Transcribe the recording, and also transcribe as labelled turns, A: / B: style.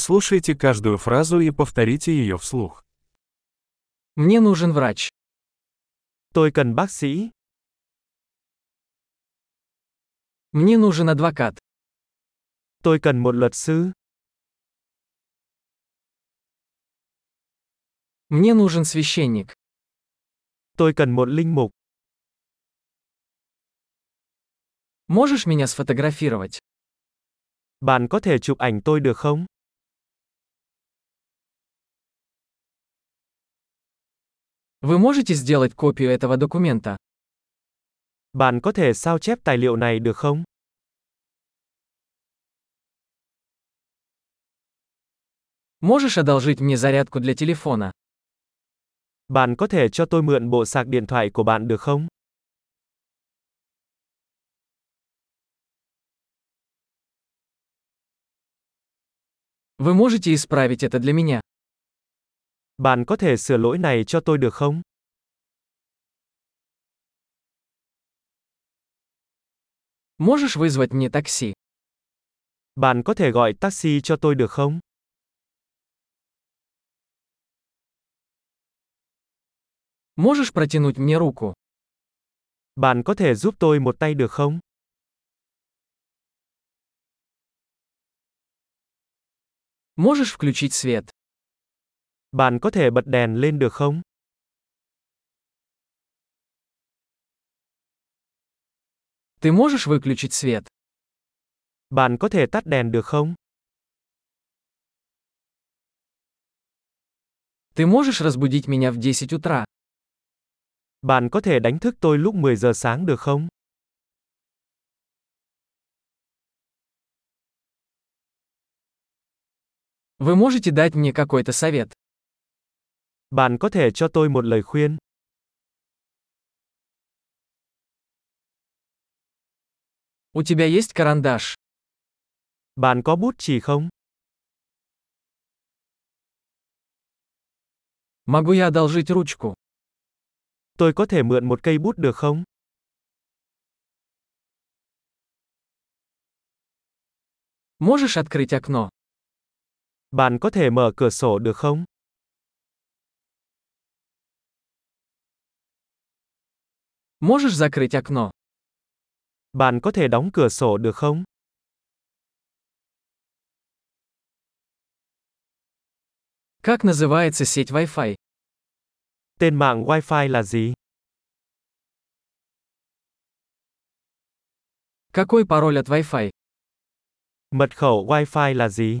A: Прослушайте каждую фразу и повторите ее вслух.
B: Мне нужен врач.
C: Tôi cần bác sĩ.
B: Мне нужен адвокат.
C: Tôi cần một luật sư.
B: Мне нужен священник.
C: Tôi cần một linh mục.
B: Можешь меня сфотографировать?
C: Bạn có thể chụp ảnh tôi được không?
B: Вы можете сделать копию этого документа?
C: Bạn có thể sao chép tài liệu này được không?
B: Можешь одолжить мне зарядку для телефона?
C: Bạn có thể cho tôi mượn bộ sạc điện thoại của bạn được không?
B: Вы можете исправить это для меня?
C: Bạn có thể sửa lỗi này cho tôi được không?
B: Можешь вызвать мне такси?
C: Bạn có thể gọi taxi cho tôi được không?
B: Можешь протянуть мне руку?
C: Bạn có thể giúp tôi một tay được không?
B: Можешь включить свет?
C: Bạn có thể bật đèn lên được không?
B: Ты можешь выключить свет?
C: Bạn có thể tắt đèn được không?
B: Ты можешь разбудить меня в 10 утра?
C: Bạn có thể đánh thức tôi lúc 10 giờ sáng được không?
B: Вы можете дать мне какой-то совет?
C: Bạn có thể cho tôi một lời khuyên.
B: У тебя есть карандаш?
C: Bạn có bút chì không?
B: Могу я одолжить ручку?
C: Tôi có thể mượn một cây bút được không?
B: Можешь открыть окно?
C: Bạn có thể mở cửa sổ được không?
B: Можешь закрыть окно?
C: Bạn có thể đóng cửa sổ được không?
B: Как называется сеть Wi-Fi?
C: Tên mạng Wi-Fi là gì?
B: Какой пароль от Wi-Fi?
C: Mật khẩu Wi-Fi là gì?